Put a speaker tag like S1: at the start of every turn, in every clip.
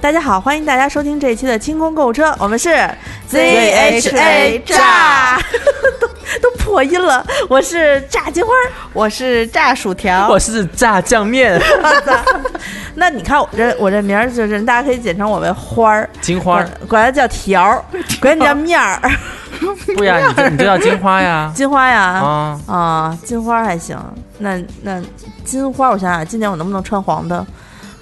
S1: 大家好，欢迎大家收听这一期的清空购物车，我们是
S2: ZHA 炸，
S1: 都都破音了。我是炸金花儿，
S2: 我是炸薯 条
S3: 我，是炸酱 面，
S1: 那你看我这我这名儿就是，大家可以简称我为花儿，
S3: 金花儿，
S1: 管管它叫条儿，管你叫面 儿，
S2: 哦
S3: 不呀，你就你就叫金花呀，
S1: 金花呀
S3: 啊，
S1: 啊，金花还行。那那金花，我想想，今年我能不能穿黄的？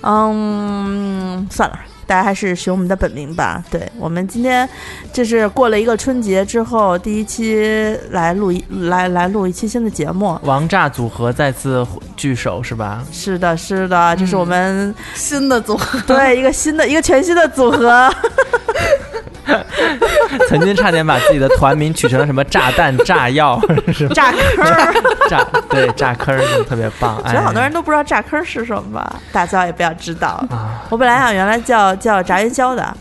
S1: 嗯，算了，大家还是学我们的本名吧。对我们今天这是过了一个春节之后第一期来录一来来录一期新的节目。
S3: 王炸组合再次聚首是吧？
S1: 是的，是的，这是我们、
S2: 新的组合，
S1: 对一个新的一个全新的组合。
S3: 曾经差点把自己的团名取成了什么炸弹、炸药， 是 吧？
S1: 炸坑儿，
S3: 炸对炸坑儿特别棒，
S1: 其
S3: 哎
S1: 实好多人都不知道炸坑儿是什么吧，大家也不要知道。
S3: 啊，
S1: 我本来想原来叫叫炸元宵的，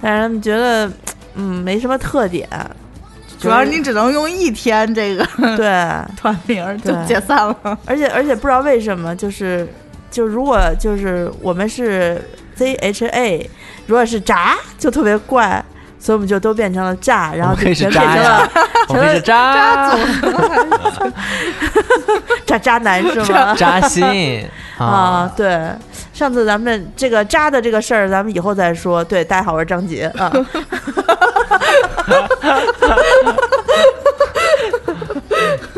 S1: 但是他们觉得嗯没什么特点，
S2: 主要是你只能用一天这个
S1: 对，
S2: 团名儿就
S1: 对
S2: 解散了。
S1: 而且而且不知道为什么，就是就如果就是我们是 Z H A，如果是炸就特别怪，所以我们就都变成了炸，然后
S3: 我们可
S1: 就
S3: 以是
S1: 全
S3: 炸
S1: 变成
S3: 呀
S1: 了，
S3: 我们是炸
S1: 炸渣男是 吗？
S3: 扎 心
S1: 啊
S3: 啊，，
S1: 对，上次咱们这个渣的这个事儿，咱们以后再说。对，大家好，我是张杰啊。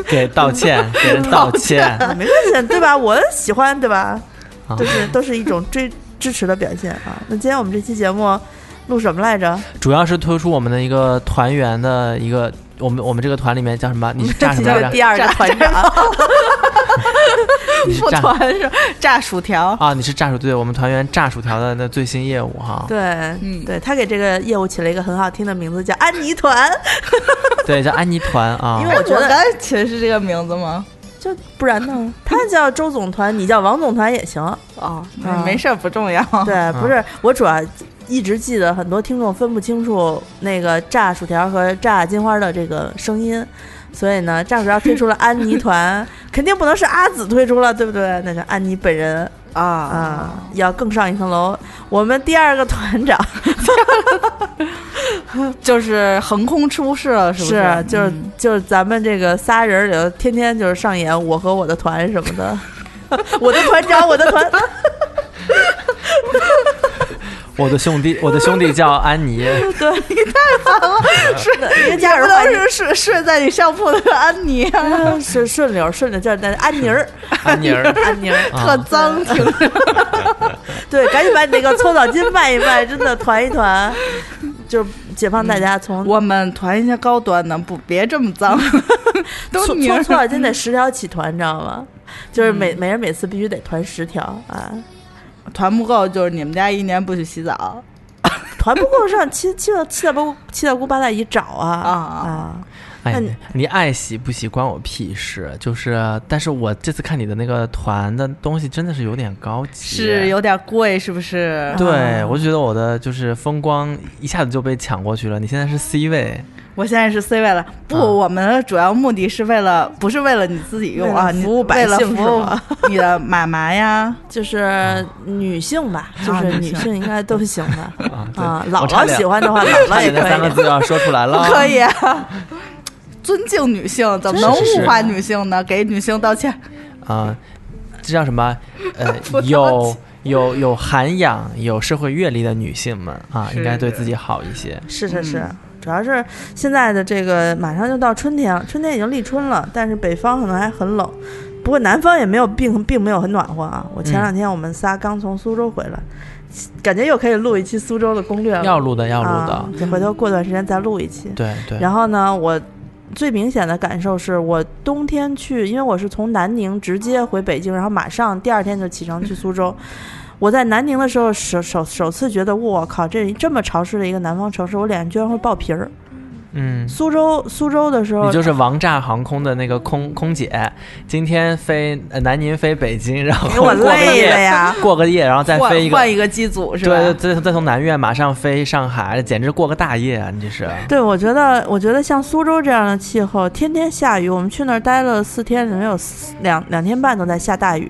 S3: 给道 歉，给人道歉，
S1: 啊没关 系，对吧？我喜欢，对吧？
S3: 啊
S1: 就是都是一种追 支持的表现啊。那今天我们这期节目录什么来着？
S3: 主要是推出我们的一个团员的一个，我们我们这个团里面叫什么？ 你是炸什么来
S1: 就是
S3: 着？
S1: 第二个团长，
S3: 你是
S2: 不
S3: 炸
S2: 团是炸薯条，
S3: 啊，你是炸薯对，我们团员炸薯条的那最新业务哈，
S1: 对，
S2: 嗯
S1: 对他给这个业务起了一个很好听的名字，叫安妮团，
S3: 对，叫安妮团啊
S1: 因，为我觉
S2: 哎我
S1: 得
S2: 刚才起的是这个名字吗？
S1: 就不然呢，他叫周总团，你叫王总团也行。
S2: 哦，
S1: 啊
S2: 没没事儿，不重要。
S1: 对，不是，我主要一直记得很多听众分不清楚那个炸薯条和炸金花的这个声音，所以呢，炸薯条推出了安妮 团，肯定不能是阿紫推出了，对不对？那是安妮本人
S2: 啊，
S1: 啊，要更上一层楼。我们第二个团长
S2: 就是横空出世了，是不
S1: 就是
S2: 嗯
S1: 就是咱们这个仨人里头，天天就是上演我和我的团什么的。 我的团长，我的 团，
S3: 我的兄弟，我的兄弟叫安
S1: 一
S3: 妮，
S1: 个家
S2: 不
S1: 人
S2: 都是睡睡在你上铺的安妮 啊，
S1: 是顺溜儿顺溜儿，叫安妮儿，
S3: 安妮儿，
S1: 安妮儿。
S2: 特
S3: 啊，
S2: 脏，挺
S1: 对，赶紧把你那个搓澡巾卖一卖，真的团一团，就是解放
S3: 嗯
S1: 大家从
S2: 我们团一些高端的，不别这么 脏，都
S1: 搓
S2: 女
S1: 搓搓澡巾得十条起团，你知道吗？就是每
S3: 嗯
S1: 每人每次必须得团十条啊，
S2: 团不够，就是你们家一年不许洗澡，
S1: 团不够上七七大七大姑七大姑八大姨找啊
S2: 啊
S1: 啊！那
S3: 哎
S1: 你，
S3: 你爱洗不洗关我屁事，就是，但是我这次看你的那个团的东西真的是有点高级，
S2: 是有点贵，是不是？
S3: 对，我觉得我的就是风光一下子就被抢过去了。你现在是 C 位，
S2: 我现在是 C 位了，不，
S3: 啊
S2: 我们的主要目的是为了，不是为了你自己用啊，
S1: 为了
S2: 你
S1: 服务百
S2: 为了
S1: 姓
S2: 服
S1: 是
S2: 务
S1: 吗
S2: 你的妈妈呀，
S1: 就是女性吧，就是女性应该都行吧
S3: 啊对
S1: 啊，姥
S3: 我差
S1: 姥
S3: 点
S1: 喜欢的话，姥姥也
S3: 你的三
S1: 可
S3: 个
S1: 以。
S3: 字要说出来
S2: 不
S3: 了，
S2: 可以啊。尊敬女性，怎么能
S3: 是是是
S2: 物化女性呢？给女性道歉，
S3: 啊、这叫什么？ 呃，有有有涵养、有社会阅历的女性们啊，
S2: 是
S3: 应该对自己好一些。
S1: 是是是
S2: 嗯，
S1: 主要是现在的这个马上就到春天，春天已经立春了，但是北方可能还很冷。不过南方也没有并并没有很暖和啊。我前
S3: 嗯
S1: 两天我们仨刚从苏州回来，感觉又可以录一期苏州的攻略了。
S3: 要录的，要录的，
S1: 啊，就回头过段时间再录一期。
S3: 对对。
S1: 然后呢，我最明显的感受是我冬天去，因为我是从南宁直接回北京，然后马上第二天就启程去苏州。我在南宁的时候，首首首次觉得，我靠，这这么潮湿的一个南方城市，我脸上居然会爆皮儿。
S3: 嗯，
S1: 苏州苏州的时候
S3: 你，就是王炸航空的那个空空姐，今天飞、呃南宁飞北京，然后
S1: 哎 给我
S3: 过个
S1: 累的
S3: 夜，
S1: 呀！
S3: 过个夜，然后再
S2: 换
S3: 飞一个，
S2: 换一个机组是吧？
S3: 对对，再再从南苑马上飞上海，简直过个大夜啊！你这是。
S1: 对，我觉得，我觉得像苏州这样的气候，天天下雨，我们去那儿待了四天，里面有四两两天半都在下大雨。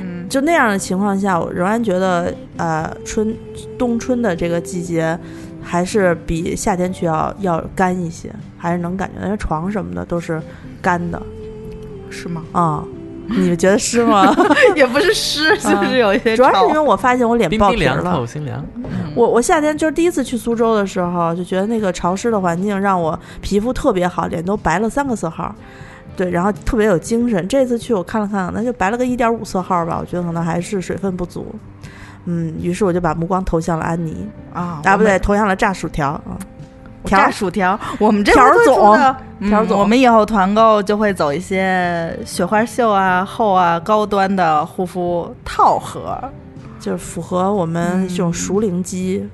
S2: 嗯嗯
S1: 就那样的情况下，我仍然觉得呃，春冬春的这个季节，还是比夏天去要要干一些，还是能感觉到，因为床什么的都是干的
S2: 是吗？
S1: 啊、你们觉得是吗？
S2: 也不是湿，就是有一些
S1: 啊主要是
S2: 潮
S1: 因为我发现我脸
S3: 冰
S1: 爆
S3: 冰
S1: 皮
S3: 凉
S1: 了。
S3: 透心凉。
S1: 我我夏天就是第一次去苏州的时候，就觉得那个潮湿的环境让我皮肤特别好，脸都白了三个色号，对，然后特别有精神。这次去我看了看，那就白了个一点五色号吧，我觉得可能还是水分不足。嗯，于是我就把目光投向了安妮，啊，
S2: 啊
S1: 不，
S2: 我
S1: 对，
S2: 们
S1: 投向了炸薯条。嗯条
S2: 炸薯条，我们这
S1: 条
S2: 回推出
S1: 总
S2: 的嗯
S1: 条总
S2: 我们以后团购就会走一些雪花秀啊、厚啊、高端的护肤套盒。
S1: 就是符合我们这种熟龄肌，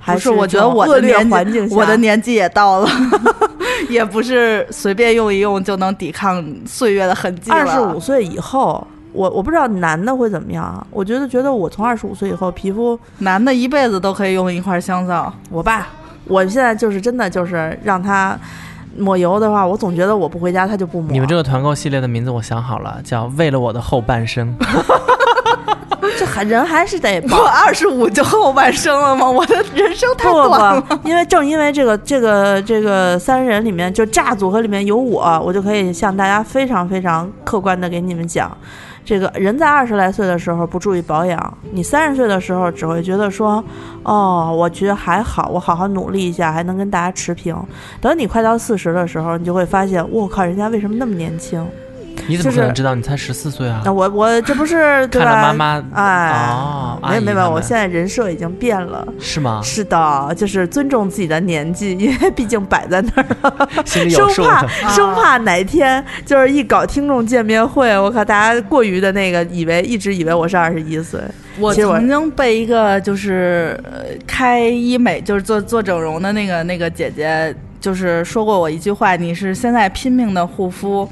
S1: 还
S2: 嗯不是，我觉得
S1: 这种
S2: 我
S1: 恶
S2: 的
S1: 劣
S2: 年纪
S1: 环境下，
S2: 我的年纪也到了， 也不是随便用一用就能抵抗岁月的痕迹了。
S1: 二十五岁以后，我我不知道男的会怎么样啊，我觉得觉得我从二十五岁以后皮肤，
S2: 男的一辈子都可以用一块香 皂，
S1: 我爸，我现在就是真的就是让他抹油的话，我总觉得我不回家他就不抹。
S3: 你们这个团购系列的名字我想好了，叫“为了我的后半生
S1: 这还人还是得
S2: 我二十五就后半生了吗？我的人生太
S1: 不
S2: 短了。
S1: 不不，因为正因为这个这个这个三人里面，就炸组合里面有我，我就可以向大家非常非常客观的给你们讲，这个人在二十来岁的时候不注意保养，你三十岁的时候只会觉得说，哦，我觉得还好，我好好努力一下，还能跟大家持平。等你快到四十的时候，你就会发现，我靠，人家为什么那么年轻？”，
S3: 你怎
S1: 就
S3: 么
S1: 是
S3: 可能知道？你才十四岁啊！
S1: 那我我这不 是对
S3: 看
S1: 吧？
S3: 了妈妈，
S1: 哎，
S3: 哦，
S1: 没有没有没有，我现在
S3: 在
S1: 人设已经变了。
S3: 是吗？
S1: 是的，就是尊重自己的年纪，因为毕竟摆在那儿了，
S3: 心里有
S1: 生
S3: 数
S1: 怕
S3: 的。
S1: 生怕哪天就是一搞听众见面会，我靠，大家过于的那个，以为一直以为我是二十一岁，
S2: 我
S1: 其实我
S2: 曾经被一个就是呃开医美，就是做做整容的那个那个姐姐，就是说过我一句话：你是现在拼命的护肤，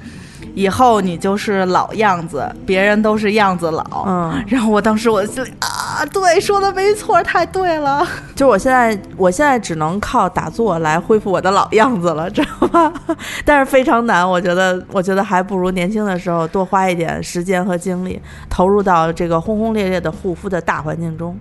S2: 以后你就是老样子，别人都是样子老。
S1: 嗯，
S2: 然后我当时我心里啊，对，说的没错，太对了。
S1: 就是我现在我现在只能靠打坐来恢复我的老样子了，知道吗？ 但是非常难，我觉得我觉得还不如年轻的时候多花一点时间和精力，投入到这个轰轰烈烈的护肤的大环境中，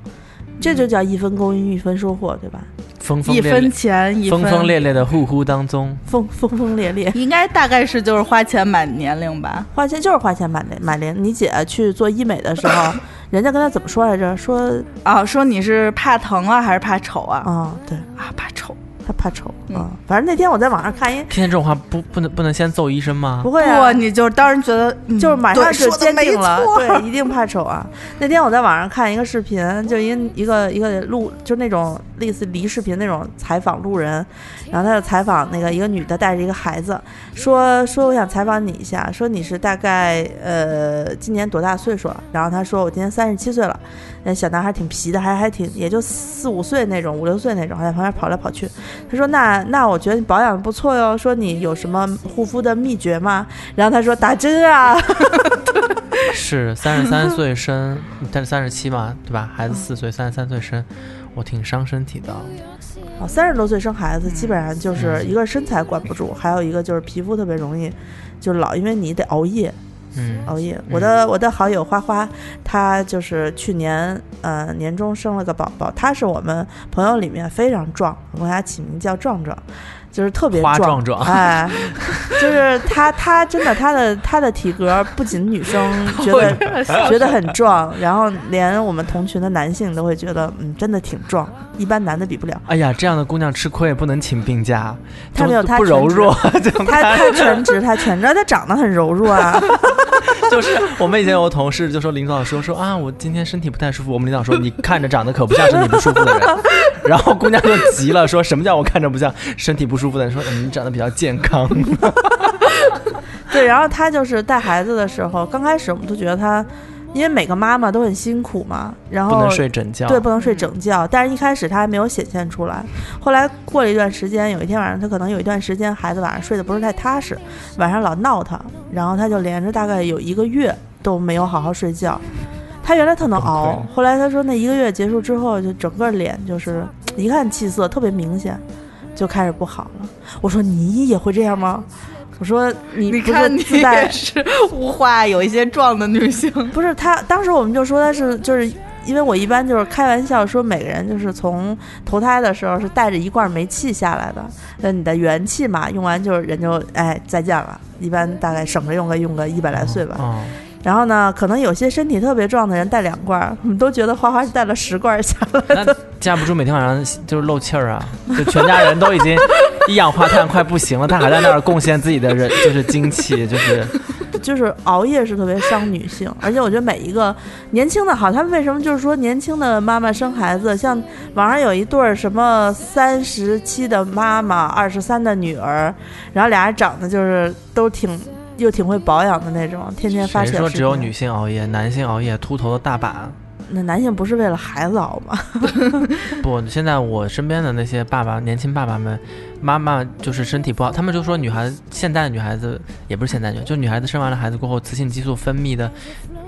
S1: 这就叫一分耕耘一分收获，对吧？
S3: 疯疯
S2: 一
S3: 烈
S2: 分
S3: 烈，
S2: 钱一分，
S3: 疯疯烈烈的呼呼当中，
S1: 疯疯疯烈烈。
S2: 应该大概是就是花钱买年龄吧。
S1: 花钱就是花钱买的买零。你姐去做医美的时候，人家跟她怎么说来着？说
S2: 啊，说你是怕疼啊，还是怕丑
S1: 啊、
S2: 啊？
S1: 对
S2: 啊，怕丑。
S1: 她怕丑啊、
S2: 嗯
S1: 反正那天我在网上看一，
S3: 听见这种话不不能不能先揍医生吗
S1: 不？会
S2: 不
S1: 啊，
S2: 你就当时觉得、嗯
S1: 就是马上
S2: 对
S1: 就
S2: 说得
S1: 坚
S2: 没
S1: 定了，
S2: 错
S1: 对，一定怕丑啊。那天我在网上看一个视频，就一个一个一个路，就那种类似离视频那种采访路人，然后他就采访那个一个女的带着一个孩子，说说我想采访你一下，说你是大概呃今年多大岁数了？然后他说我今年三十七岁了，那小男孩挺皮的，还还挺也就四五岁那种，五六岁那种，还在旁边跑来跑去。他说那那我觉得你保养的不错哟，说你有什么护肤的秘诀吗？然后他说打针啊。
S3: 是三十三岁生，但是三十七嘛，对吧？孩子四岁，三十三岁生，我挺伤身体的。
S1: 哦，三十多岁生孩子，
S3: 嗯
S1: 基本上就是一个身材管不住，还有一个就是皮肤特别容易就是老，因为你得熬夜
S3: 嗯，
S1: 熬夜。我的我的好友花花，她就是去年呃年中生了个宝宝，她是我们朋友里面非常壮，我给她起名叫壮壮，就是特别
S3: 花
S1: 壮
S3: 壮。壮，
S1: 哎，就是她，她真的，她的她的体格不仅女 生觉得觉得很壮，然后连我们同群的男性都会觉得，嗯，真的挺壮，一般男的比不了。
S3: 哎呀，这样的姑娘吃亏也不能请病假，
S1: 她
S3: 都
S1: 没有她
S3: 不柔
S1: 全职
S3: 弱， 就
S1: 他他全职，他全职，他长得很柔弱啊。
S3: 就是我们以前有个同事就说领导说说啊，我今天身体不太舒服。我们领导说你看着长得可不像身体不舒服的人，然后姑娘就急了，说什么叫我看着不像身体不舒服的人？说、嗯、你长得比较健 康。
S1: 对，然后他就是带孩子的时候，刚开始我们都觉得他，因为每个妈妈都很辛苦嘛，然后
S3: 不能睡整觉。
S1: 对，不能
S2: 嗯
S1: 睡整觉。但是一开始他还没有显现出来，后来过了一段时间，有一天晚上他可能有一段时间孩子晚上睡得不是太踏实，晚上老闹他，然后他就连着大概有一个月都没有好好睡觉。他原来特能熬
S3: 崩溃，
S1: 后来他说那一个月结束之后，就整个脸就是一看气色特别明显，就开始不好了。我说你也会这样吗？我说你
S2: 你
S1: 不
S2: 看
S1: 是
S2: 你
S1: 自带
S2: 也是物化有一些壮的女性，
S1: 不是他，当时我们就说他是就是。因为我一般就是开玩笑说，每个人就是从投胎的时候是带着一罐煤气下来的，那你的元气嘛，用完就是人就哎再见了，一般大概省着用个用个一百来岁吧。
S3: 哦，
S1: 然后呢，可能有些身体特别壮的人带两罐儿，我们都觉得花花是带了十罐儿下来。
S3: 那架不住每天晚上就是漏气儿啊，就全家人都已经一氧化碳快不行了，他还在那儿贡献自己的人就是精气，就是
S1: 就是熬夜是特别伤女性， 而且我觉得每一个年轻的好，他们为什么就是说年轻的妈妈生孩子，像网上有一对儿什么三十七的妈妈，二十三的女儿，然后俩人长得就是都挺又挺会保养的那种，天天 发
S3: 谁
S1: 视频。
S3: 说只有女？性熬夜，男性熬夜秃头的大把。
S1: 那男性不是为了孩子熬 吗？
S3: 不，现在我身边的那些爸爸，年轻爸爸们，妈妈就是身体不好，他们就说女孩子现在的女孩子也不是现在女孩，就女孩子生完了孩子过后，雌性激素分泌的，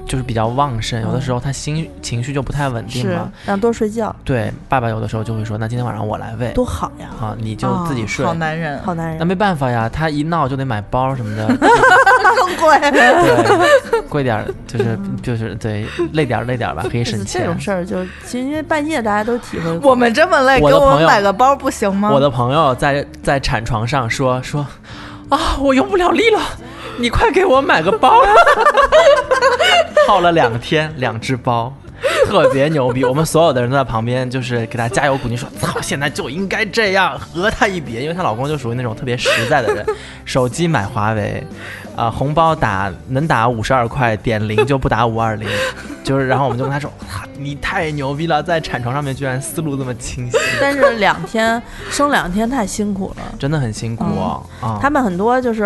S3: 就是比较旺盛，有的时候她心情绪就不太稳定
S1: 是
S3: 嘛。
S1: 让多睡觉，
S3: 对，爸爸有的时候就会说，那今天晚上我来喂，
S1: 多好呀，
S3: 啊，你就自己
S2: 哦
S3: 睡。
S2: 好男人，
S1: 好男
S3: 那
S1: 人。
S3: 没办法呀，他一闹就得买包什么的，
S2: 更贵。
S3: 对，贵点儿就是就是对，累点儿累点儿吧，可以 省
S1: 这
S3: 钱
S1: 种。事儿就其实因为半夜大家都体会过，
S2: 我们这么累，给
S3: 啊我的
S2: 我
S3: 朋
S2: 们
S3: 友
S2: 买个包不行吗？
S3: 我的朋友在在产床上说说，啊，我用不了力了，你快给我买个包。耗了两天，两只包，特别牛逼。我们所有的人都在旁边，就是给他加油鼓励，说操，现在就应该这样，和他一别。因为她老公就属于那种特别实在的人，手机买华为，啊、红包打能打五十二块点零就不打五二零，就是。然后我们就跟他说，哇，你太牛逼了，在产床上面居然思路这么清晰。
S1: 但是两天生两天太辛苦了。
S3: 真的很辛苦哦啊！
S1: 他们很多就是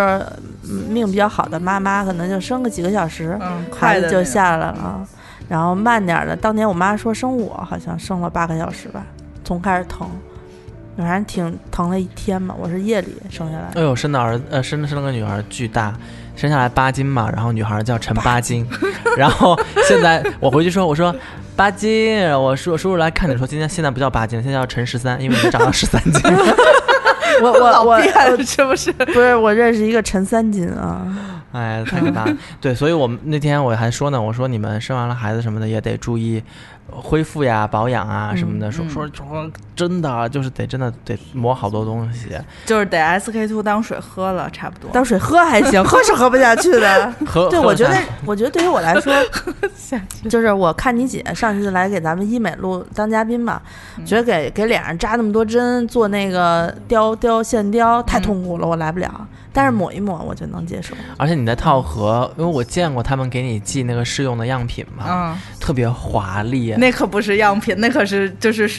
S1: 嗯命比较好的妈妈，可能就生个几个小时，
S2: 嗯，快
S1: 孩
S2: 的
S1: 子就
S2: 那种
S1: 下来了啊。然后慢点儿的，当年我妈说生我好像生了八个小时吧，从开始疼，反正挺疼了一天嘛。我是夜里生下来
S3: 哎
S1: 的，
S3: 呦，生的儿呃生生了个女儿巨大，生下来八斤嘛，然后女孩叫陈八斤，然后现在我回去说我说八斤，我叔叔叔来看你说今天现在不叫八斤，现在叫陈十三，因为你长到十三斤。
S1: 我我我
S2: 老变是不是？
S1: 不是我认识一个陈三金 啊，
S3: 哎，太可怕了。对，所以我们那天我还说呢，我说你们生完了孩子什么的也得注意恢复呀、保养啊什么的。说说说真的啊，就是得真的得磨好多东西。
S2: 就是得 SK two 当水喝了，差不多。
S1: 当水喝还行，喝是喝不下去的。
S3: 喝
S1: 对，
S3: 喝
S1: 我觉
S3: 下
S1: 得，我觉得对于我来 说
S2: 下，
S1: 就是我看你姐上次来给咱们医美录当嘉宾嘛，觉得给给脸上扎那么多针，做那个雕雕线雕太痛苦了，我来不了。但是抹一抹我就能接 受，
S3: 而且你在套盒，因为我见过他们给你寄那个试用的样品嘛，
S2: 嗯，
S3: 特别华丽，
S2: 那可不是样品，那可是就是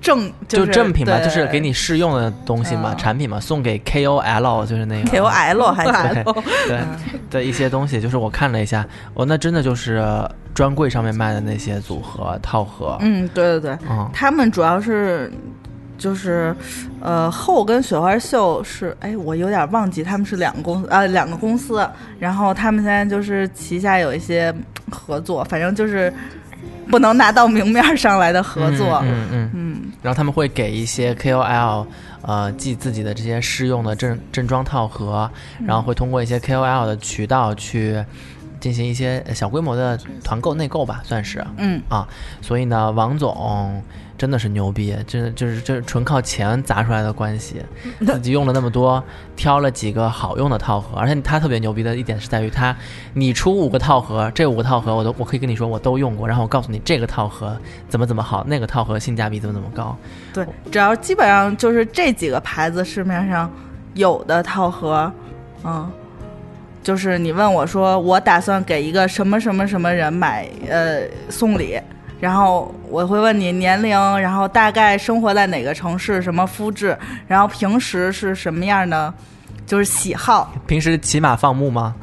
S2: 正
S3: 就是正品嘛，
S2: 对
S3: 就是给你试用的东西嘛，
S2: 嗯
S3: 产品嘛，送给 KOL 就是那个
S1: KOL
S3: 嗯
S1: 还行。
S3: 对对
S2: 嗯
S3: 的一些东西，就是我看了一下，哦，那真的就是专柜上面卖的那些组合套盒，
S2: 嗯，对对对，
S3: 嗯，
S2: 他们主要是。就是，呃，后跟雪花秀是，哎，我有点忘记他们是两个公司，呃，两个公司。然后他们现在就是旗下有一些合作，反正就是不能拿到明面上来的合作。
S3: 嗯嗯嗯，然后他们会给一些 KOL，呃，寄自己的这些试用的正正装套盒，
S2: 嗯
S3: 然后会通过一些 KOL 的渠道去进行一些呃小规模的团购内购吧，算是。
S2: 嗯
S3: 啊，所以呢，王总真的是牛逼，真的就是这纯靠钱砸出来的关 系，自己用了那么多，挑了几个好用的套盒，而且他特别牛逼的一点是在于他，你出五个套盒，这五个套盒我都我可以跟你说我都用过，然后我告诉你这个套盒怎么怎么好，那个套盒性价比怎么怎么高，
S2: 对，只要基本上就是这几个牌子市面上有的套盒，嗯，就是你问我说我打算给一个什么什么什么人买呃送礼，然后我会问你年龄，然后大概生活在哪个城市，什么肤质，然后平时是什么样的，就是喜好，
S3: 平时骑马放 牧吗？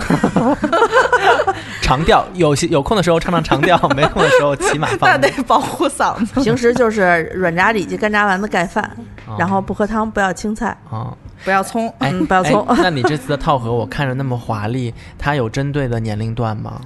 S3: 长调，有些有空的时候唱唱 长调，没空的时候骑马
S2: 那
S1: 啊
S3: 放牧
S2: 得。保护嗓子，
S1: 平时就是软炸里脊、干炸丸子盖饭，
S3: 哦
S1: 然后不喝汤，不要青菜。
S3: 啊、
S2: 不要葱。
S3: 哎，
S1: 嗯不要葱
S3: 哎那你这次的套盒我看着那么华丽，它有针对的年龄段吗？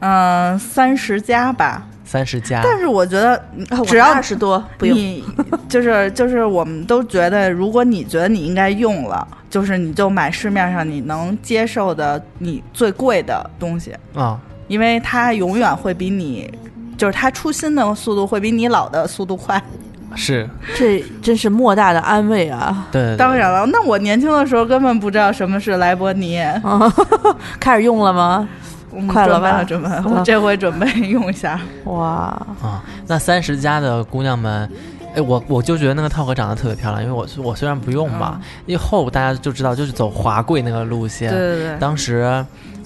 S2: 嗯，三十加吧，
S3: 三十加，
S2: 但是我觉得，只要
S1: 啊二哦十多不用，
S2: 你就是就是，我们都觉得，如果你觉得你应该用了，就是你就买市面上你能接受的，你最贵的东西，
S3: 啊，
S2: 因为它永远会比你，就是它出新的速度会比你老的速度快。
S3: 是
S1: 这真是莫大的安慰 啊！
S3: 对对对
S2: 当然了，那我年轻的时候根本不知道什么是莱博尼，
S1: 啊，开始用了吗？
S2: 嗯
S1: 快了吧
S2: 准备了，准备
S1: 嗯
S2: 了，我这回准备 用一下。
S1: 哇，
S3: 啊、那三十加的姑娘们，哎，我我就觉得那个套盒长得特别漂亮，因为我我虽然不
S2: 嗯
S3: 用
S1: 嗯
S3: 吧，以后大家就知道就是走华贵那个路线。
S2: 对对对，
S3: 当时，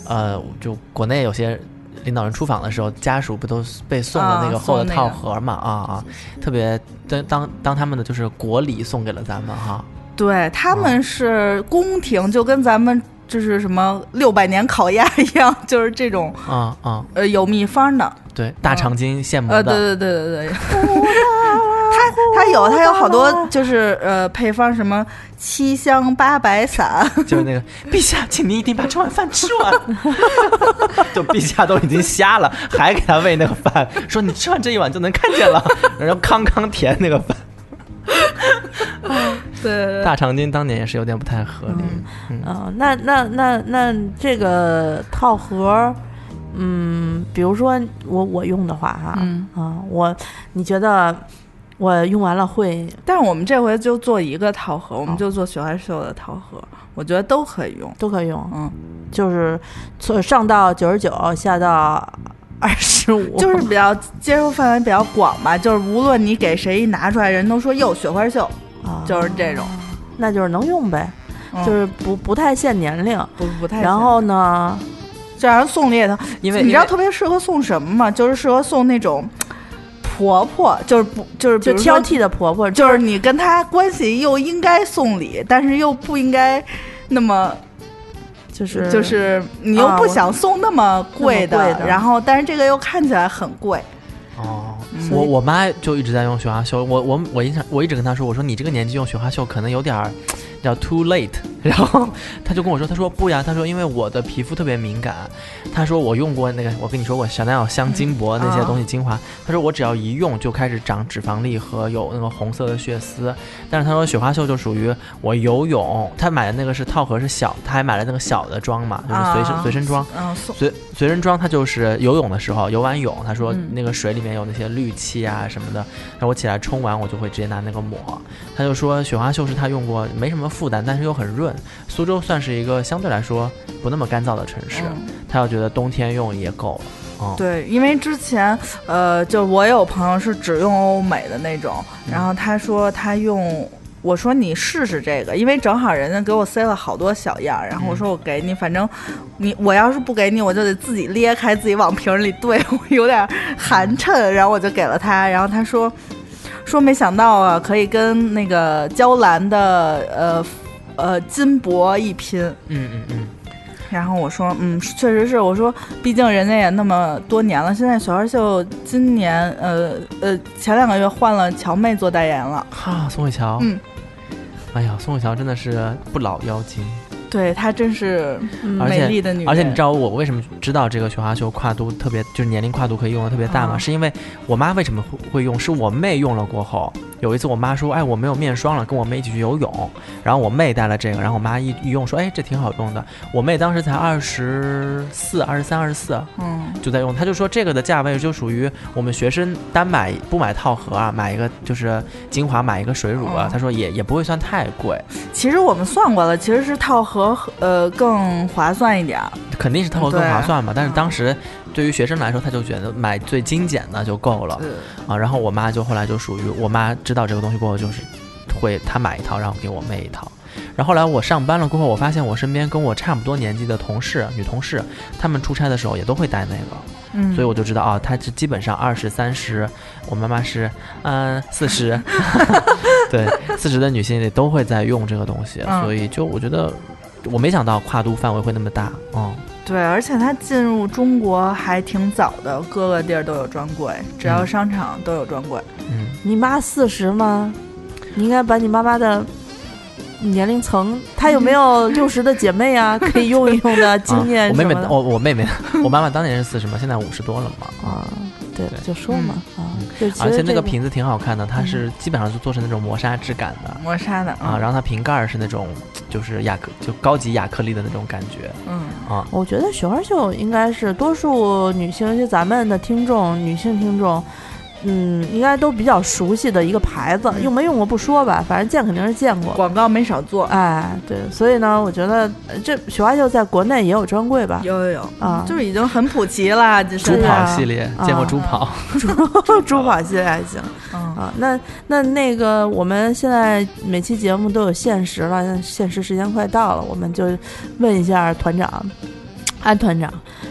S3: 呃，就国内有些领导人出访的时候，家属不都是被送了那个
S2: 啊
S3: 厚的
S2: 送那个
S3: 套盒嘛？啊啊，特别当当当他们的就是国礼送给了咱们哈。
S2: 对，他们是宫廷，就跟咱们就是什么六百年烤鸭一样，就是这种
S3: 啊啊，
S2: 呃有秘方的。
S3: 对，大长今现磨
S2: 呃，
S3: 的。
S2: 对对对对对， 它它有它有好多就是呃配方，什么七香八白散，
S3: 就是那个陛下，请您一定把这碗饭吃完。 就陛下都已经瞎了，还给他喂那个饭，说你吃完这一碗就能看见了， 然后康康甜那个饭。
S2: 对对对
S3: 大长今当年也是有点不太合理，
S2: 嗯
S1: 啊，那那那那这个套盒，嗯，比如说我我用的话哈，
S2: 嗯
S1: 啊，我你觉得我用完了会
S2: 但是我们这回就做一个套盒，我们就做雪花秀的套盒，我觉得都可以用。
S1: 都可以用，
S2: 嗯，
S1: 就是从上到九十九，下到二十五，
S2: 就是比较接受范围比较广吧，就是无论你给谁一拿出来，人都说哟雪花秀，
S1: 啊，
S2: 就是这种，
S1: 那就是能用呗，
S2: 嗯
S1: 就是不不太限年龄。
S2: 不不太行。
S1: 然后呢，
S2: 就让人送猎头，
S3: 因为
S2: 你知道
S3: 因为
S2: 特别适合送什么吗？就是适合送那种婆婆，就是不就是比
S1: 就
S2: 如说
S1: 挑剔的婆婆，
S2: 就是你跟他关系又应该送礼，但是又不应该那么，
S1: 就是
S2: 就是你又
S1: 啊
S2: 不
S1: 我
S2: 想送那么贵的，
S1: 那么贵的
S2: 然后但是这个又看起来很贵，
S3: 哦，我我妈就一直在用雪花秀，我我我印象我一直跟她说，我说你这个年纪用雪花秀可能有点儿叫 too late，然 后她就跟我说，她说不呀，她说因为我的皮肤特别敏感，她说我用过那个，我跟你说过香奈儿香金箔那些东西精华，她说我只要一用就开始长脂肪粒和有那个红色的血丝，但是她说雪花秀就属于我游泳，她买的那个是套盒是小，她还买了那个小的装嘛，就是随身、
S2: 啊
S3: 随身装，
S2: 嗯，送
S3: 随随身装，它就是游泳的时候，游完泳，他说
S2: 嗯
S3: 那个水里面有那些氯气啊什么的，然后我起来冲完，我就会直接拿那个抹。他就说雪花秀是他用过，没什么负担，但是又很润。苏州算是一个相对来说不那么干燥的城市，
S2: 嗯
S3: 他又觉得冬天用也够了。嗯，
S2: 对，因为之前呃，就我有朋友是只用欧美的那种，然后他说他用。我说你试试这个，因为正好人家给我塞了好多小样儿，然后我说我给你，反正你我要是不给你，我就得自己裂开，自己往瓶儿里兑，我有点儿寒碜，然后我就给了他，然后他说说没想到啊，可以跟那个娇兰的呃呃金箔一拼，
S3: 嗯嗯嗯，
S2: 然后我说，嗯，是确实是。我说，毕竟人家也那么多年了，现在雪花秀今年，呃呃，前两个月换了乔妹做代言了，
S3: 哈、宋慧乔，
S2: 嗯，
S3: 哎呀，宋慧乔真的是不老妖精。
S2: 对她真是
S1: 嗯
S3: 而且
S2: 美丽的女人。
S3: 而且你知道我为什么知道这个雪花秀跨度特别，就是年龄跨度可以用的特别大吗？
S2: 啊
S3: 是因为我妈为什么会会用？是我妹用了过后，有一次我妈说：“哎，我没有面霜了，跟我妹一起去游泳。”然后我妹带了这个，然后我妈一一用说：“哎，这挺好用的。”我妹当时才二十四、二十三、二十四
S2: 嗯，
S3: 就在用，她就说这个的价位就属于我们学生单买不买套盒啊，买一个就是精华，买一个水乳啊
S2: 哦。
S3: 她说也也不会算太贵，
S2: 其实我们算过了，其实是套盒呃更划算一点儿。
S3: 肯定是套盒更
S2: 对
S3: 划算嘛。但是
S2: 嗯
S3: 当时对于学生来说，他就觉得买最精简的就够了。
S2: 呃
S3: 啊，然后我妈就后来就属于我妈知道这个东西过后，就是会她买一套，然后给我妹一套。然后后来我上班了过后，我发现我身边跟我差不多年纪的同事、女同事，她们出差的时候也都会带那个，
S2: 嗯，
S3: 所以我就知道啊，她是基本上二十三十，我妈妈是嗯四 十，对四十的女性也都会在用这个东西，
S2: 嗯
S3: 所以就我觉得我没想到跨度范围会那么大，嗯，
S2: 对，而且它进入中国还挺早的，各个地儿都有专柜，只要
S3: 嗯
S2: 商场都有专柜。
S3: 嗯，
S1: 你妈四十吗？你应该把你妈妈的年龄层，她有没 有六十的姐妹啊？可以用一用的经
S3: 啊
S1: 验
S3: 我
S1: 什
S3: 妹
S1: 么
S3: 妹，
S1: 的。
S3: 我我妹妹，我妈妈当年是四十嘛，现在五十多了嘛，啊
S1: 啊，对，
S3: 对嗯
S1: 就说嘛啊，就其
S3: 而且
S1: 实
S3: 那
S1: 这嗯
S3: 个瓶子挺好看的，它是基本上就做成那种磨砂质感的
S2: 磨砂的嗯
S3: 啊，然后它瓶盖儿是那种就是亚克就高级亚克力的那种感觉
S2: 嗯
S3: 啊。
S1: 我觉得雪花秀应该是多数女性，尤其咱们的听众，女性听众，嗯，应该都比较熟悉的一个牌子，
S2: 嗯
S1: 用没用过不说吧，反正见肯定是见过。
S2: 广告没少
S3: 啊
S2: 做，
S1: 哎，对，所以呢，我觉得呃这雪花秀在国内也有专柜 吧？
S2: 有有有
S1: 啊
S2: 就是已经很普及了，就是
S3: 猪
S1: 是
S3: 跑
S1: 啊
S3: 系列见过
S1: 啊
S3: 猪跑，
S1: 珠宝系列还行
S2: 嗯
S1: 啊。那那那个，我们现在每期节目都有限时了，那限时时间快到了，我们就问一下团长。安团长，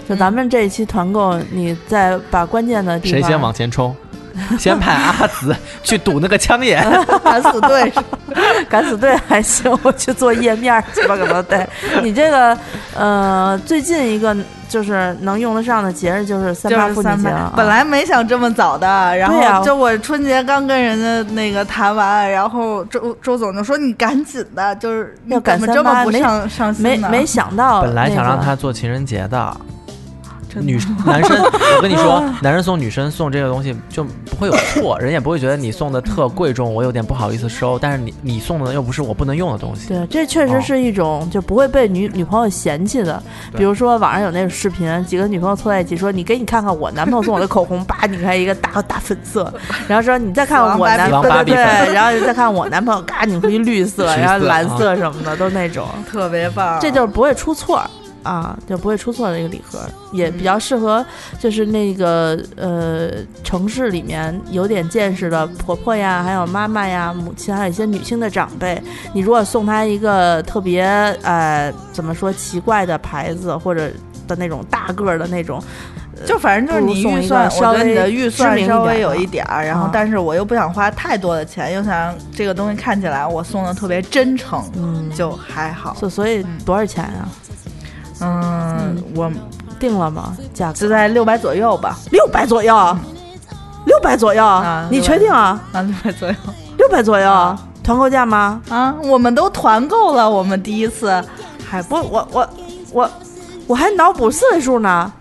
S1: 就
S2: 嗯
S1: 咱们这一期团购，你再把关键的地方
S3: 谁先往前冲？先派阿紫去堵那个枪眼，
S1: 嗯
S2: 敢死 队是吧
S1: 敢死队还行， 我去做页面儿去吧，可能对你这个呃，最近一个就是能用得上的节日就是三八
S2: 就是
S1: 妇女
S2: 三
S1: 节
S2: 八
S1: 啊，，
S2: 本来没想这么早的，然
S1: 对啊呀
S2: 后就我春节刚跟人家那个谈完，然后周周总就说你赶紧的，就是你
S1: 要赶
S2: 怎么
S1: 三
S2: 这么
S1: 八
S2: 不
S1: 没
S2: 上上心
S1: 没
S2: 呢
S1: 没想到那个，
S3: 本来想让他做情人节的。
S2: 真的
S3: 女男生，我跟你说，
S1: 嗯
S3: 男生送女生送这个东西就不会有错，人也不会觉得你送的特贵重，我有点不好意思收。但是你你送的又不是我不能用的东西，
S1: 对，这确实
S3: 哦
S1: 是一种就不会被女女朋友嫌弃的。
S3: 对
S1: 比如说网上有那种视频，几个女朋友凑在一起说：“你给你看看我男朋友送我的口红，叭，你看一个大大粉 色。”然后说：“你再看看我男
S3: 死亡
S1: 对
S3: 芭
S1: 对
S3: 比
S1: 对，
S3: 粉
S1: 然后再看我男朋友，嘎，拧出一绿色，
S3: 橘色
S1: 然后蓝
S3: 啊
S1: 色什么的，都那种。
S2: 特别棒，
S1: 这就是不会出错儿啊，就不会出错的一个礼盒，也
S2: 嗯
S1: 比较适合就是那个呃城市里面有点见识的婆婆呀，还有妈妈呀、母亲，还有一些女性的长辈。你如果送她一个特别呃怎么说奇怪的牌子或者的那种大个儿的那种，
S2: 就反正就是你
S1: 不如送
S2: 预
S1: 一
S2: 算，
S1: 个
S2: 我
S1: 稍
S2: 觉
S1: 微
S2: 得你的预
S1: 知
S2: 算
S1: 名一
S2: 稍微
S1: 点
S2: 有
S1: 的
S2: 一点儿，然后
S1: 啊
S2: 但是我又不想花太多的钱，又想让这个东西看起来我送的特别真诚，
S1: 嗯，
S2: 就还好。
S1: 所所以
S2: 嗯
S1: 多少钱啊？
S2: 嗯，我
S1: 定了吗？价格
S2: 就在六百左右吧，
S1: 六百左右，六百左右，
S2: 嗯啊
S1: 你
S2: 600
S1: 确定啊？
S2: 啊，六百左右
S1: 六百左右，
S2: 啊
S1: 团购价吗？
S2: 啊，我们都团购了，我们第一次还不
S1: 我我我我我还脑补四位数呢，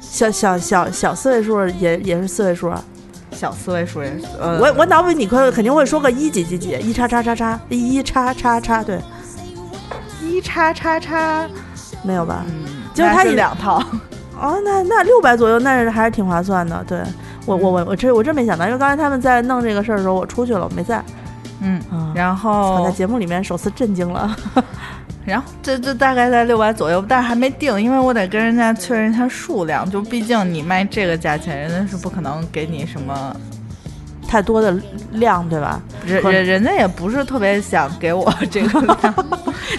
S1: 小小小小四位数也也是四位数啊，
S2: 小四位数人，呃，
S1: 我我脑补你肯肯定会说个一几几几，一叉叉叉叉，一一叉叉叉，对，
S2: 一叉叉叉，
S1: 没有吧？
S2: 嗯，
S1: 就是
S2: 那
S1: 它
S2: 是
S1: 也
S2: 两 套，
S1: 哦，那那六百左右，那是还是挺划算的。对我我我我这我真没想到，因为刚才他们在弄这个事儿的时候，我出去了，我没在
S2: 嗯，
S1: 啊。
S2: 然
S1: 我在
S2: 后
S1: 节目里面首次震惊了，
S2: 然后这这大概在六百左右，但是还没定，因为我得跟人家确认一下数量，就毕竟你卖这个价钱，人家是不可能给你什么，
S1: 太多的量对吧？
S2: 人
S1: 可
S2: 人人家也不是特别想给我这 个量，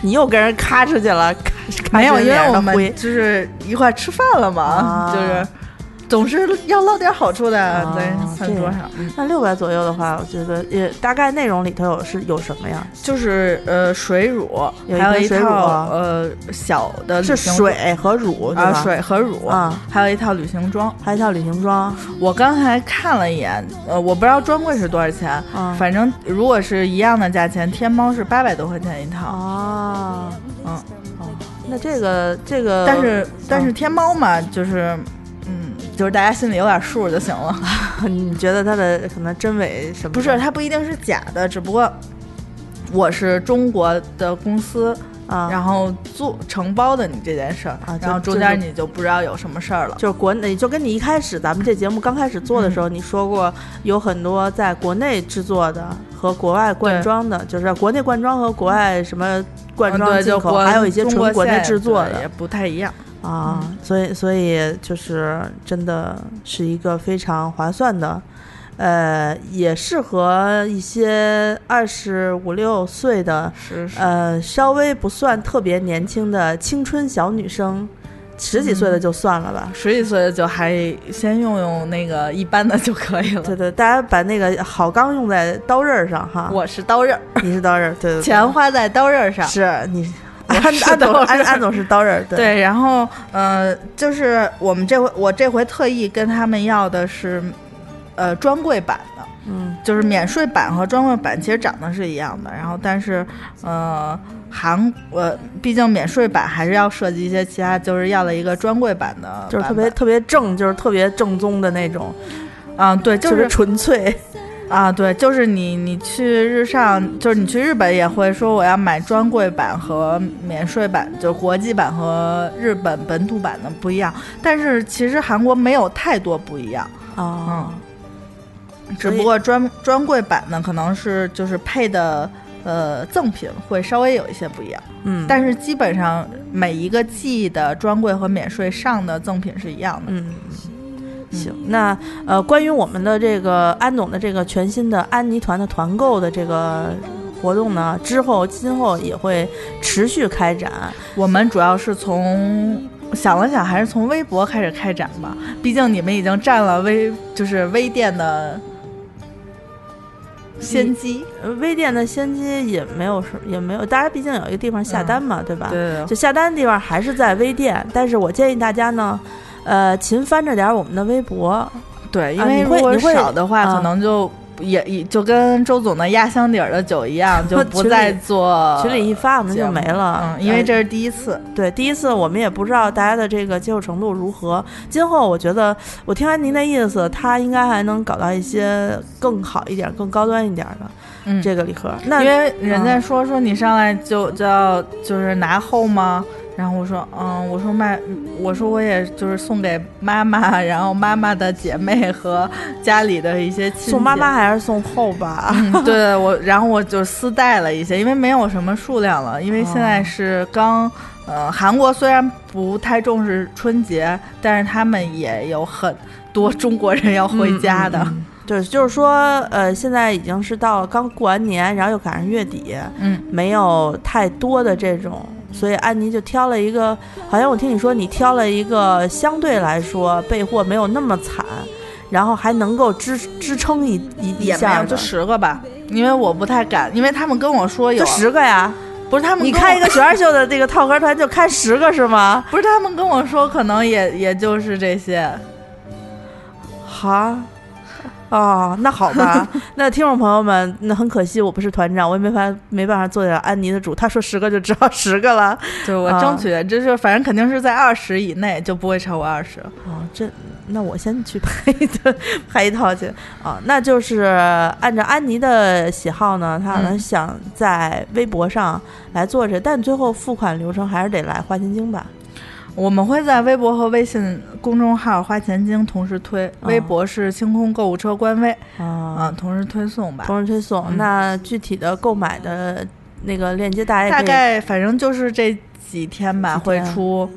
S1: 你又跟人咔出去了，咔咔
S2: 没有，
S1: 出
S2: 因
S1: 去脸
S2: 为
S1: 上
S2: 我
S1: 的
S2: 们
S1: 灰
S2: 就是一块吃饭了嘛，
S1: 啊
S2: 就是总是要捞点好处的，
S1: 啊
S2: 在餐桌上，嗯
S1: 那六百左右的话，我觉得也大概内容里头有是有什么呀？
S2: 就是呃水乳，
S1: 有一
S2: 还有
S1: 瓶
S2: 一
S1: 水乳啊
S2: 套呃小的
S1: 是
S2: 旅行
S1: 水和乳
S2: 啊
S1: 对吧
S2: 水和乳，
S1: 啊，
S2: 还有一套旅行装。
S1: 还有一套旅行装
S2: 我刚才看了一眼，呃，我不知道专柜是多少钱，
S1: 嗯
S2: 反正如果是一样的价钱，天猫是八百多块钱一套，
S1: 啊，
S2: 嗯，
S1: 哦，那这个这个，啊
S2: 但是但是天猫嘛，就是，嗯，就是大家心里有点数就 行了。
S1: 你觉得它的可能真伪什么的？
S2: 不是，它不一定是假的，只不过我是中国的公司，
S1: 啊，
S2: 然后做承包的你这件事儿，
S1: 啊就
S2: 然后中
S1: 就是
S2: 间你就不知道有什么事儿了。
S1: 就是国内，就跟你一开始咱们这节目刚开始做的
S2: 嗯
S1: 时候，你说过有很多在国内制作的和国外灌装的，就是国内灌装和国外什么灌
S2: 嗯
S1: 装
S2: 对，
S1: 进
S2: 就
S1: 口，
S2: 国
S1: 还有一些
S2: 中
S1: 纯国内
S2: 现
S1: 制作
S2: 对
S1: 的
S2: 也。不太一样。
S1: 啊，
S2: 嗯
S1: 所以所以就是真的是一个非常划算的，呃，也适合一些二十五六岁的，
S2: 是是，
S1: 呃，稍微不算特别年轻的青春小女生，十几
S2: 嗯
S1: 岁的就算了吧。
S2: 十几岁的就还先用用那个一般的就可以了。
S1: 对对，大家把那个好钢用在刀刃上哈。
S2: 我是刀刃儿，
S1: 你是刀刃，对对对，
S2: 钱花在刀刃儿上。
S1: 是你，
S2: 我
S1: 安
S2: 是
S1: 安
S2: 刀
S1: 总
S2: 刃
S1: 安安总是刀刃，对
S2: 对，然后呃，就是我们这回我这回特意跟他们要的是，呃专柜版的，
S1: 嗯，
S2: 就是免税版和专柜版其实长得是一样的，然后但是呃韩呃毕竟免税版还是要设计一些其他，就是要了一个专柜版的版本，
S1: 就是特别特别正，就是特别正宗的那种，
S2: 嗯对，就
S1: 特别
S2: 是
S1: 纯粹。
S2: 啊，对，就是你，你去日上，就是你去日本也会说我要买专柜版和免税版，就国际版和日本本土版的不一样。但是其实韩国没有太多不一样，嗯
S1: 哦，
S2: 只不过专专柜版呢，可能是就是配的呃赠品会稍微有一些不一样，
S1: 嗯，
S2: 但是基本上每一个季的专柜和免税上的赠品是一样的。
S1: 嗯，行，那呃，关于我们的这个安总的这个全新的安妮团的团购的这个活动呢，之后今后也会持续开展。
S2: 我们主要是从想了想，还是从微博开始开展吧。毕竟你们已经占了微，就是微店的先机。
S1: 呃微店的先机也没有什，也没有，大家毕竟有一个地方下单嘛，对吧？
S2: 嗯对
S1: 就下单的地方还是在微店，但是我建议大家呢，呃，勤翻着点儿我们的微博，
S2: 对，因
S1: 啊
S2: 为
S1: 你
S2: 如
S1: 会
S2: 果
S1: 你会
S2: 少的话，
S1: 啊
S2: 可能就也也就跟周总的压箱底儿的酒一样，就 不
S1: 群里
S2: 再做
S1: 群里一发我们
S2: 呃节
S1: 就
S2: 目
S1: 没了，
S2: 嗯，因为
S1: 呃
S2: 这是第一次。
S1: 对，第一次我们也不知道大家的这个接受程度如何。今后我觉得，我听完您的意思，他应该还能搞到一些更好一点、更高端一点的、
S2: 嗯，
S1: 这个礼盒。那
S2: 因为人
S1: 嗯
S2: 家说说你上来就就要就是拿后吗？然后我说嗯，我说卖，我说我也就是送给妈妈， 然后妈妈的姐妹和家里的一些亲戚。
S1: 送妈妈还是送后吧？
S2: 嗯，对我，然后我就私带了一些，因为没有什么数量了，因为现
S1: 哦
S2: 在是刚，呃，韩国虽然不太重视春节，但是他们也有很多中国人要回家
S1: 嗯
S2: 的，
S1: 对，就是说，呃，现在已经是到了刚过完年，然后又赶上月底，
S2: 嗯，
S1: 没有太多的这种，所以安妮就挑了一个，好像我听你说你挑了一个相对来说备货没有那么惨，然后还能够支支撑一一嗯一
S2: 也没
S1: 下
S2: 有
S1: 的，
S2: 就十个吧，因为我不太敢，因为他们跟我说有啊
S1: 就十个呀。
S2: 不是他们
S1: 你
S2: 跟
S1: 开
S2: 我
S1: 一个学，生秀的这个套盒团就开十个是吗？
S2: 不是他们跟我说，可能也也就是这些。
S1: 哈。 哦，那好吧， 那听众朋友们，那很可惜我不是团长，我也没法没办法做点安妮的主。他说十个就只要十个了，
S2: 对我
S1: 啊
S2: 争取的，这是反正肯定是在二十以内，就不会超过二十。
S1: 哦，这那我先去拍一顿，拍一套去啊、那就是按照安妮的喜好呢，她好像
S2: 嗯
S1: 想在微博上来做这，但最后付款流程还是得来花千金吧。
S2: 我们会在微博和微信公众号“花钱精”同时推，
S1: 嗯
S2: 微博是清空购物车官微，
S1: 啊、
S2: 啊，同时推送吧。
S1: 同时推送。
S2: 嗯
S1: 那具体的购买的那个链接，大家也
S2: 大
S1: 可以
S2: 概反正就是这几天吧，
S1: 哎几天
S2: 会出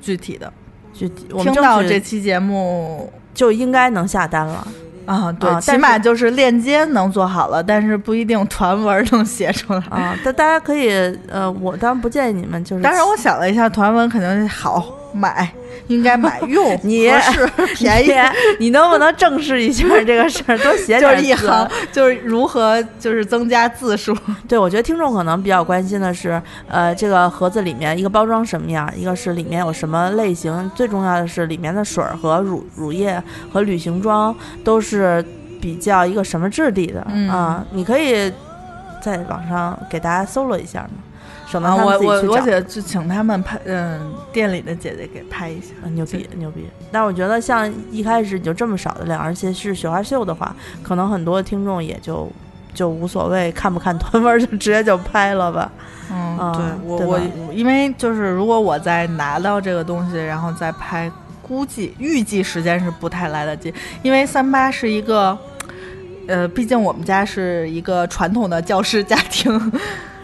S2: 具体的。
S1: 具体我
S2: 听
S1: 们争
S2: 到
S1: 取
S2: 这期节目
S1: 就应该能下单了。
S2: 啊，对，
S1: 啊但
S2: 起
S1: 是
S2: 码就是链接能做好了，但是不一定团文能写出来。
S1: 啊，但大家可以，呃，我当然不建议你们就是，
S2: 嗯当然，我想了一下，团文肯定好 买，应该买用，
S1: 你
S2: 合适便宜，
S1: 你，你能不能正视一下这个事儿，多写
S2: 就
S1: 点
S2: 是一
S1: 字
S2: 行，就是如何就是增加字数。
S1: 对，我觉得听众可能比较关心的是，呃，这个盒子里面一个包装什么样，一个是里面有什么类型，最重要的是里面的水儿和乳乳液和旅行装都是比较一个什么质地的啊、
S2: 嗯
S1: 你可以在网上给大家搜罗一下嘛，省得
S2: 啊，
S1: 他们
S2: 我
S1: 自己
S2: 我
S1: 去找
S2: 我姐就请他们拍，嗯，店里的姐姐给拍一下。
S1: 啊牛逼牛逼！但我觉得像一开始你就这么少的量，而且是雪花秀的话，可能很多听众也就就无所谓看不看团 文儿，就直接就拍了吧。
S2: 嗯，
S1: 啊
S2: 对
S1: 对
S2: 我
S1: 吧
S2: 我因为就是如果我再拿到这个东西，然后再拍，估计预计时间是不太来得及，因为三八是一个，呃，毕竟我们家是一个传统的教师家庭，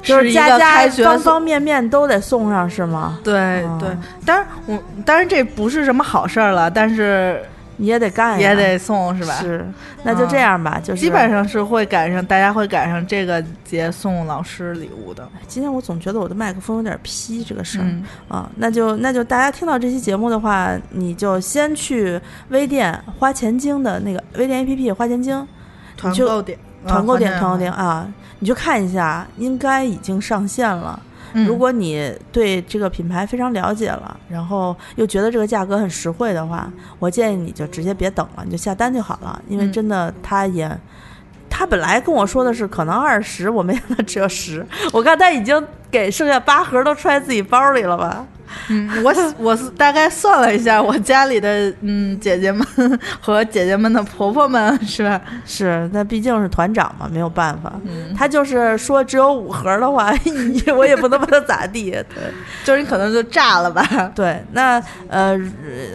S1: 就是
S2: 一
S1: 家
S2: 个
S1: 家
S2: 开学
S1: 方
S2: 送
S1: 方面面都得送上是吗？
S2: 对
S1: 啊
S2: 对，当然我当然这不是什么好事儿了，但是
S1: 你也得干哎呀，
S2: 也得送是吧？嗯
S1: 是，那就这样吧，就是
S2: 基本。上是会赶上，大家会赶上这个节送老师礼物的。
S1: 今天我总觉得我的麦克风有点劈这个事儿、，
S2: 嗯
S1: 啊，那就那就大家听到这期节目的话，你就先去微店花钱精的那个微店 APP 花钱
S2: 啊
S1: 精
S2: 团
S1: 就
S2: 嗯购点，
S1: 团购店，团购啊店
S2: 点。
S1: 啊，你去看一下，应该已经上线了。
S2: 嗯
S1: 如果你对这个品牌非常了解了，然后又觉得这个价格很实惠的话，我建议你就直接别等了，你就下单就好了，因为
S2: 嗯
S1: 真的它也。他本来跟我说的是可能二十，我没想到只有十。 我看他已经给剩下八盒都揣自己包里了吧？
S2: 嗯，我我是大概算了一下，我家里的嗯姐姐们和姐姐们的婆婆们是吧？
S1: 是，那毕竟是团长嘛，没有办法。
S2: 嗯
S1: 他就是说只有五盒的话， 我也不能把他咋地。对，
S2: 就是你可能就炸了吧？
S1: 对，那呃，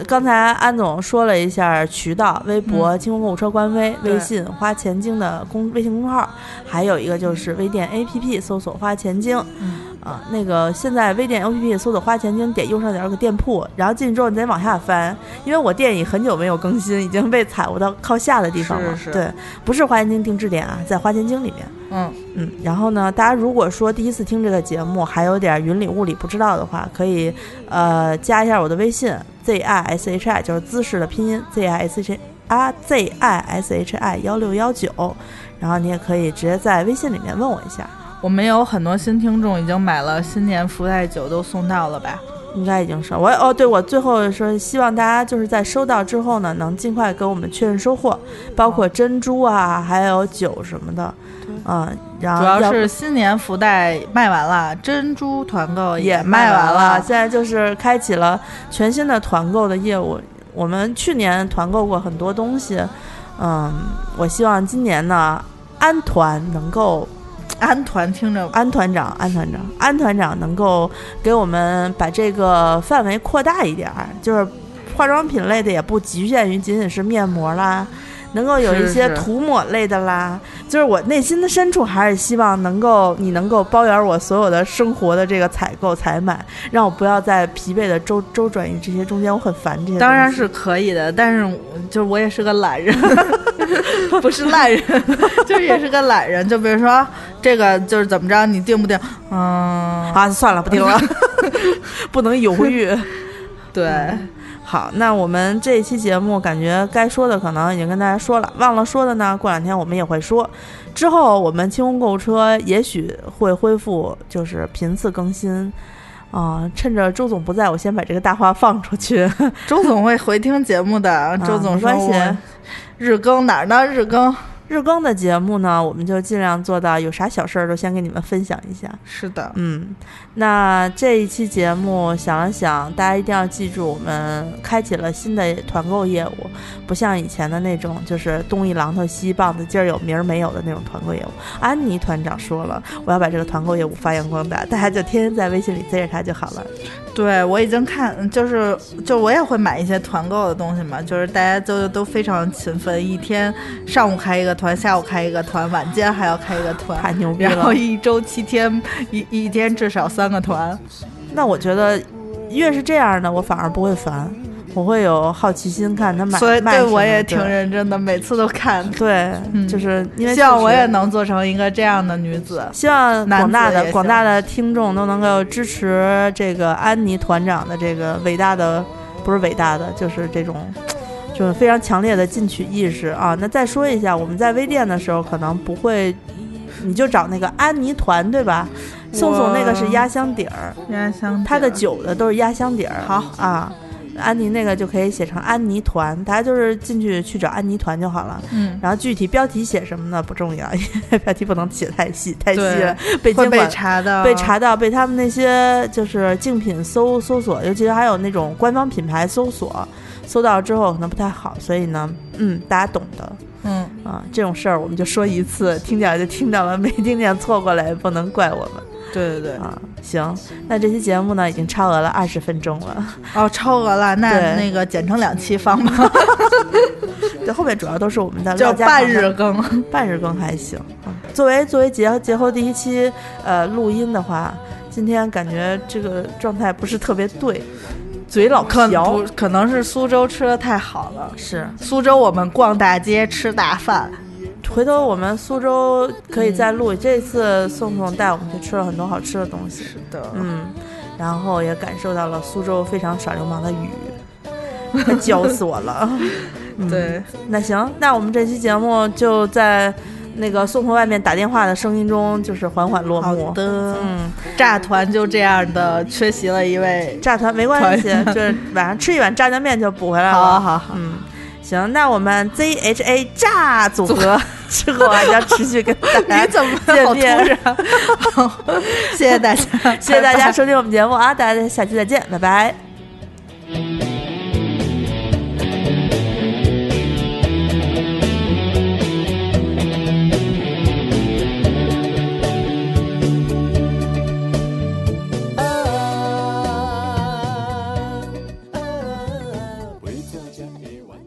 S1: 刚才安总说了一下渠道，微博“清空购物车”官微、
S2: 嗯对
S1: 微信“花钱精”的公微信公众号，还有一个就是微店 APP 搜索“花钱精”
S2: 嗯
S1: 啊，那个现在微店 APP 搜索“花钱精”，点右上角有个店铺，然后进去之后你再往下翻，因为我店已很久没有更新，已经被踩过到靠下的地方了。
S2: 是是
S1: 对，不是花钱精定制店啊，在花钱精里面。
S2: 嗯，
S1: 嗯，然后呢，大家如果说第一次听这个节目还有点云里雾里不知道的话，可以呃加一下我的微信 z i s h i，就是姿势的拼音 z i s h i 啊 z i s h i 幺六幺九，然后你也可以直接在微信里面问我一下，
S2: 我们有很多新听众已经买了新年福袋酒，都送到了吧？
S1: 应该已经是我哦，对我最后说希望大家就是在收到之后呢，能尽快给我们确认收货，包括珍珠啊，还有酒什么的，嗯，然后
S2: 主要
S1: 要
S2: 是新年福袋卖完了，珍珠团购
S1: 也
S2: 卖
S1: 卖完了，
S2: 了
S1: 现。在就是开启了全新的团购的业务。我们去年团购过很多东西，嗯，我希望今年呢，安团能够
S2: 安团听着
S1: 安团长、安团长、安团长能够给我们把这个范围扩大一点儿，就是化妆品类的也不局限于仅仅是面膜啦，能够有一些
S2: 是是
S1: 涂抹类的啦。就是我内心的深处还是希望能够你能够包圆我所有的生活的这个采购采买，让我不要再疲惫的周周转于这些中间，我很烦这些。
S2: 当然。是可以的，但是我就是我也是个 懒人，不是烂人， 就是也是个懒人。就比如说这个就是怎么着，你定不定？嗯，
S1: 啊，算了，不听了， 不能犹豫。
S2: 对，
S1: 嗯好，那我们这一期节目感觉该说的可能已经跟大家说了，忘了说的呢，过两天我们也会说。之后我们清空购物车也许会恢复，就是频次更新。啊、趁着周总不在，我先把这个大话放出去。
S2: 周总会回听节目的。周总
S1: 啊没
S2: 说
S1: 关系
S2: 我日更哪儿呢？日更
S1: 日更的节目呢，我们就尽量做到有啥小事儿都先给你们分享一下。
S2: 是的，
S1: 嗯，那这一期节目想了想，大家一定要记住，我们开启了新的团购业务，不像以前的那种，就是东一榔头西一棒子，今儿有明儿没有的那种团购业务。安妮团长说了，我要把这个团购业务发扬光大，大家就天天在微信里追着他就好 了。
S2: 对我已经看，就是就我也会买一些团购的东西嘛，就是大家就都非常勤奋，一天上午开一个团，下午开一个团，晚间还要开一个团，
S1: 太牛逼
S2: 然后
S1: 了！
S2: 一周七天，一一天至少三个团。
S1: 那我觉得越是这样的，我反而不会烦，我会有好奇心看他买，
S2: 所以
S1: 卖
S2: 对
S1: 什么
S2: 我也
S1: 对
S2: 挺认真的，每次都看。
S1: 对，
S2: 嗯
S1: 就是因为
S2: 希望
S1: 确实
S2: 我也能做成一个这样的女子。
S1: 希望广大
S2: 男子也
S1: 的
S2: 行
S1: 广大的听众都能够支持这个安妮团长的这个伟大的，不是伟大的，就是这种。就是非常强烈的进取意识啊！那再说一下，我们在微店的时候可能不会，你就找那个安妮团对吧？
S2: 我
S1: 宋宋那个是压箱底儿，
S2: 原香
S1: 他的酒的都是压箱底儿。
S2: 好
S1: 啊，安妮那个就可以写成安妮团，大家就是进去去找安妮团就好了。
S2: 嗯，
S1: 然后具体标题写什么呢不重要，因 为标题不能写太细，太细
S2: 对
S1: 了被
S2: 会
S1: 监
S2: 被
S1: 管。
S2: 查的，
S1: 被查啊到，被他们那些就是竞品搜搜索，尤其是还有那种官方品牌搜索，搜到之后可能不太好，所以呢，嗯，大家懂的
S2: 嗯。
S1: 啊、这种事儿我们就说一次，听见就听到了，没听见错过来也不能怪我们
S2: 对对对，
S1: 啊、行，那这期节目呢已经超额了二十分钟了，
S2: 哦，超额了，那
S1: 对
S2: 那个剪成两期放吧，
S1: 对，后面 主要都是我们的
S2: 就
S1: 唠家
S2: 半
S1: 常的
S2: 日更。
S1: 半日更还行。嗯作为作为节节后第一期呃录音的话，今天感觉这个状态不是特别对，嘴老
S2: 可
S1: 瓢
S2: 不。可能是苏州吃的太好了，
S1: 是，
S2: 苏州我们逛大街吃大饭，
S1: 回头我们苏州可以再
S2: 嗯
S1: 录。这次宋宋带我们去吃了很多好吃的东西，
S2: 的
S1: 嗯，然后也感受到了苏州非常耍流氓的雨，快浇死我了。
S2: 对，
S1: 那行，那我们这期节目就在那个宋从外面打电话的声音中，就是缓缓落
S2: 好
S1: 幕。
S2: 的，
S1: 嗯，
S2: 炸团就这样的缺席了一位。
S1: 炸团没关 系，
S2: 团
S1: 就是晚上吃一碗炸酱面就补回来了。
S2: 好啊好好，
S1: 嗯，行，那我们 Z H A 炸组合之后还要持续跟大家
S2: 你怎么
S1: 见
S2: 好突
S1: 面
S2: 然？ 好谢 谢大家，
S1: 谢谢大
S2: 拜
S1: 家
S2: 拜
S1: 收听我们节目啊，大家下期再见，拜拜。
S4: 围坐着夜晚。